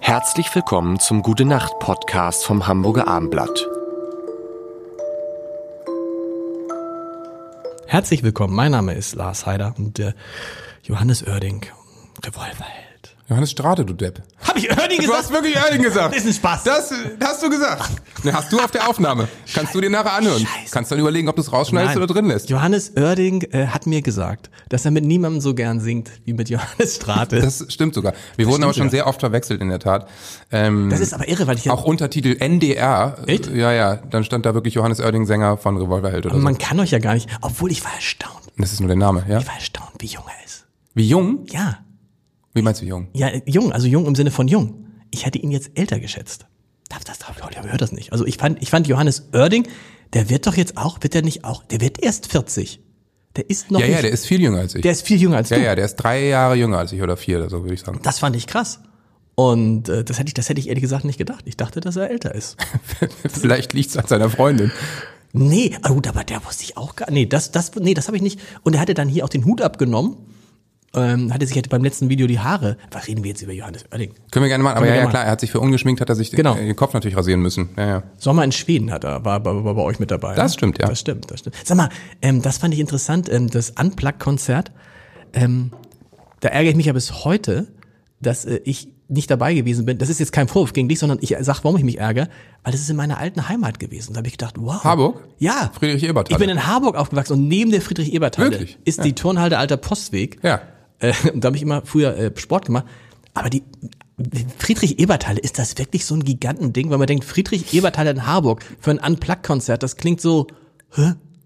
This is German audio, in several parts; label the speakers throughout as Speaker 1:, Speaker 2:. Speaker 1: Herzlich willkommen zum Gute Nacht Podcast vom Hamburger Armblatt.
Speaker 2: Herzlich willkommen, mein Name ist Lars Heider und äh, Johannes Oerding, Revolverheld.
Speaker 3: Johannes Strade, du Depp.
Speaker 2: Hab ich Oerding
Speaker 3: Du hast wirklich Erling gesagt.
Speaker 2: Ist ein Spaß.
Speaker 3: Das, äh, hast du gesagt. Ne, hast du auf der Aufnahme. Kannst du dir nachher anhören. Kannst dann überlegen, ob du es rausschneidest oder drin lässt.
Speaker 2: Johannes Oerding äh, hat mir gesagt, dass er mit niemandem so gern singt wie mit Johannes Strate. Das,
Speaker 3: Das stimmt sogar. Wir wurden aber schon sehr oft verwechselt in der Tat. Ähm,
Speaker 2: ist aber irre, weil ich ja,
Speaker 3: auch Untertitel NDR.
Speaker 2: Echt?
Speaker 3: Ja, ja. Dann stand da wirklich Johannes Oerding, Sänger von Revolverheld oder so.
Speaker 2: man kann euch ja gar nicht, obwohl ich war erstaunt,
Speaker 3: Das ist nur der Name, ja?
Speaker 2: ich war erstaunt, wie jung er ist.
Speaker 3: Wie jung?
Speaker 2: Ja,
Speaker 3: Wie meinst du jung?
Speaker 2: ja, äh, jung, also jung im Sinne von jung. Ich hätte ihn jetzt älter geschätzt. Darf das drauf? Leute, hört das nicht. Also ich fand, ich fand Johannes Oerding, der wird doch jetzt auch, wird der nicht auch, der wird erst 40. Der ist noch
Speaker 3: Ja,
Speaker 2: nicht,
Speaker 3: ja, der ist viel jünger als ich.
Speaker 2: der ist viel jünger als
Speaker 3: ja,
Speaker 2: du.
Speaker 3: ja, der ist drei Jahre jünger als ich oder vier oder so, würde ich sagen.
Speaker 2: Das fand ich krass. Und äh, das hätte ich, das hätte ich ehrlich gesagt nicht gedacht. Ich dachte, dass er älter ist.
Speaker 3: Vielleicht liegt's an seiner Freundin.
Speaker 2: Nee, ah, gut, aber der wusste ich auch gar Nee, das, das, nee, das habe ich nicht. Und er hatte dann hier auch den Hut abgenommen. Ähm, hatte sich halt beim letzten Video die Haare. Was reden wir jetzt über Johannes Oerding?
Speaker 3: Können wir gerne machen. Aber
Speaker 2: Können wir
Speaker 3: ja, ja,
Speaker 2: gerne
Speaker 3: klar, er hat sich für ungeschminkt, hat er sich
Speaker 2: Genau.
Speaker 3: den den Kopf natürlich rasieren müssen. Ja, ja.
Speaker 2: Sommer in Schweden hat er, war, war, war bei euch mit dabei.
Speaker 3: Das
Speaker 2: ne?
Speaker 3: stimmt, ja.
Speaker 2: Das stimmt, das stimmt. Sag mal, ähm, das fand ich interessant, ähm, das Unplugged-Konzert. Ähm, da ärgere ich mich ja bis heute, dass äh, ich nicht dabei gewesen bin. Das ist jetzt kein Vorwurf gegen dich, sondern ich äh, sag, warum ich mich ärgere, weil das ist in meiner alten Heimat gewesen. Da habe ich gedacht, wow.
Speaker 3: Harburg?
Speaker 2: Ja.
Speaker 3: Friedrich-Ebert-Halle.
Speaker 2: Ich bin in Harburg aufgewachsen und neben der Friedrich-Ebert-Halle
Speaker 3: Wirklich?
Speaker 2: ist die Turnhalle Alter Postweg.
Speaker 3: Ja.
Speaker 2: Äh, und da habe ich immer früher äh, Sport gemacht. Aber die Friedrich-Ebert-Halle, ist das wirklich so ein Gigantending? Weil man denkt, Friedrich-Ebert-Halle in Harburg für ein Unplugged-Konzert, das klingt so,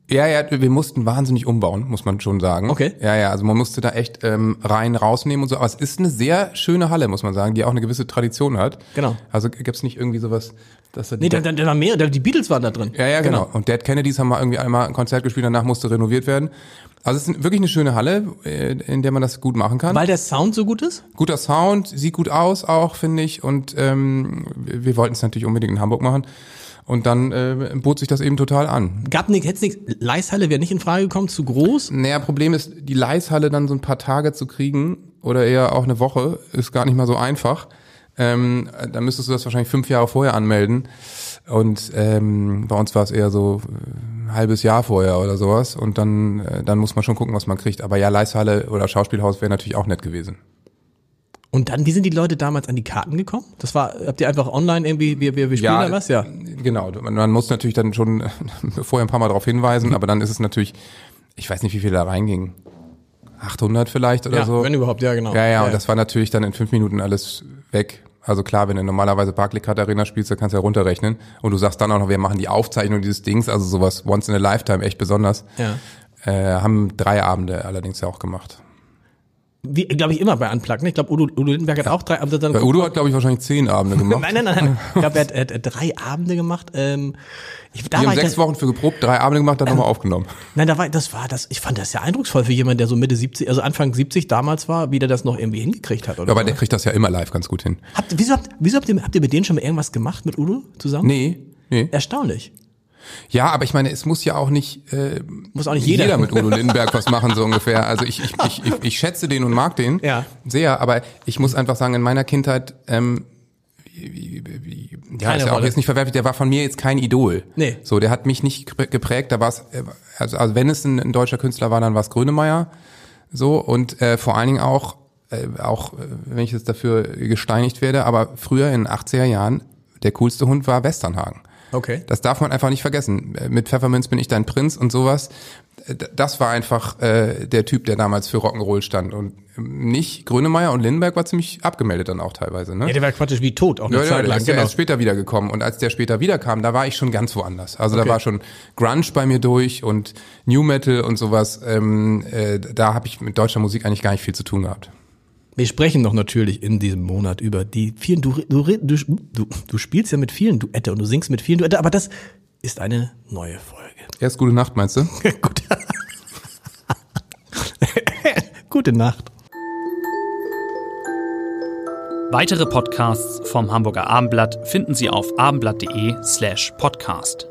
Speaker 3: Ja, ja, wir mussten wahnsinnig umbauen, muss man schon sagen.
Speaker 2: Okay.
Speaker 3: Ja, ja, also man musste da echt ähm, rein rausnehmen und so. Aber es ist eine sehr schöne Halle, muss man sagen, die auch eine gewisse Tradition hat.
Speaker 2: Genau.
Speaker 3: Also gibt's nicht irgendwie sowas, dass da die
Speaker 2: nee, da, da, da waren mehrere, da- die Beatles waren da drin.
Speaker 3: Ja, ja, genau. Und Dead Kennedys haben mal irgendwie einmal ein Konzert gespielt, danach musste renoviert werden. Also es ist wirklich eine schöne Halle, äh, in der man das gut machen kann.
Speaker 2: Genau. Weil der Sound so gut ist?
Speaker 3: Guter Sound, sieht gut aus auch, finde ich. Und ähm, wir wir wollten es natürlich unbedingt in Hamburg machen. Und dann äh, bot sich das eben total an.
Speaker 2: Gab nix, hätte nix. Leishalle wäre nicht in Frage gekommen, zu groß.
Speaker 3: Naja, Problem ist, die Leishalle dann so ein paar Tage zu kriegen oder eher auch eine Woche, ist gar nicht mal so einfach. Ähm, da müsstest du das wahrscheinlich fünf Jahre vorher anmelden. Und ähm, bei uns war es eher so äh, ein halbes Jahr vorher oder sowas. Und dann, äh, dann muss man schon gucken, was man kriegt. Aber ja, Leishalle oder Schauspielhaus wäre natürlich auch nett gewesen.
Speaker 2: Und dann, wie sind die Leute damals an die Karten gekommen? Das war, habt ihr einfach online irgendwie, wir, wir, wir spielen da was? Ja.
Speaker 3: Genau, man, man muss natürlich dann schon vorher ein paar Mal darauf hinweisen, aber dann ist es natürlich, ich weiß nicht, wie viel da reinging. 800 vielleicht oder
Speaker 2: ja,
Speaker 3: so.
Speaker 2: wenn überhaupt, ja, genau.
Speaker 3: Ja, ja, und das war natürlich dann in fünf Minuten alles weg. Also klar, wenn du normalerweise Barclaycard Arena spielst, dann kannst du ja runterrechnen. Und du sagst dann auch noch, wir machen die Aufzeichnung dieses Dings, also sowas once in a lifetime, echt besonders.
Speaker 2: ja.
Speaker 3: Äh, haben drei Abende allerdings ja auch gemacht.
Speaker 2: Wie, glaube ich, immer bei Unplugged. Ne? Ich glaube, Udo, Udo Lindenberg hat auch drei, aber dann
Speaker 3: Bei Udo hat, glaube ich, wahrscheinlich zehn Abende gemacht.
Speaker 2: Nein, nein, nein. nein. Ich glaube, er hat, er hat äh, drei Abende gemacht. Ähm, ich, da war
Speaker 3: Wir haben
Speaker 2: ich
Speaker 3: um sechs
Speaker 2: das,
Speaker 3: Wochen für geprobt, drei Abende gemacht, dann nochmal aufgenommen.
Speaker 2: Nein, da war, das war das. Ich fand das ja eindrucksvoll für jemanden, der so Mitte 70, also Anfang 70 damals war, wie der das noch irgendwie hingekriegt hat. Oder
Speaker 3: Ja, aber
Speaker 2: so.
Speaker 3: der kriegt das ja immer live ganz gut hin.
Speaker 2: habt, wieso, habt, wieso habt, ihr, habt ihr mit denen schon mal irgendwas gemacht, mit Udo zusammen?
Speaker 3: Nee, nee.
Speaker 2: Erstaunlich.
Speaker 3: Ja, aber ich meine, es muss ja auch nicht, äh,
Speaker 2: Muss auch nicht jeder.
Speaker 3: mit Udo Lindenberg was machen, so ungefähr. Also ich, ich, ich, ich, ich schätze den und mag den
Speaker 2: Ja.
Speaker 3: sehr, aber ich muss einfach sagen, in meiner Kindheit, ähm, wie- wie- wie- ja,
Speaker 2: Keine
Speaker 3: ist ja auch
Speaker 2: Rolle.
Speaker 3: jetzt nicht verwerflich, der war von mir jetzt kein Idol.
Speaker 2: Nee.
Speaker 3: So, der hat mich nicht geprä- geprägt, da war es, äh, also, also wenn es ein, ein deutscher Künstler war, dann war es Grönemeyer. So, und äh, vor allen Dingen auch, äh, auch äh, wenn ich jetzt dafür gesteinigt werde, aber früher in den 80er Jahren, der coolste Hund war Westernhagen.
Speaker 2: Okay.
Speaker 3: Das darf man einfach nicht vergessen. Mit Pfefferminz bin ich dein Prinz und sowas. D- Das war einfach äh, der Typ, der damals für Rock'n'Roll stand. Und nicht Grönemeyer und Lindenberg war ziemlich abgemeldet dann auch teilweise. Ne?
Speaker 2: Ja, der war quatschig wie tot, auch eine
Speaker 3: Ja, ja,
Speaker 2: Zeit
Speaker 3: der
Speaker 2: lang.
Speaker 3: ist ja
Speaker 2: Genau.
Speaker 3: erst später wiedergekommen. Und als der später wiederkam, da war ich schon ganz woanders. Also da war schon Grunge bei mir durch und New Metal und sowas. Ähm, äh, da habe ich mit deutscher Musik eigentlich gar nicht viel zu tun gehabt.
Speaker 2: Wir sprechen doch natürlich in diesem Monat über die vielen, du, du, du, du, du spielst ja mit vielen Duette und du singst mit vielen Duette, aber das ist eine neue Folge.
Speaker 3: Erst gute Nacht, meinst du?
Speaker 2: Gut. Gute Nacht.
Speaker 4: Weitere Podcasts vom Hamburger Abendblatt finden Sie auf abendblatt.de slash podcast.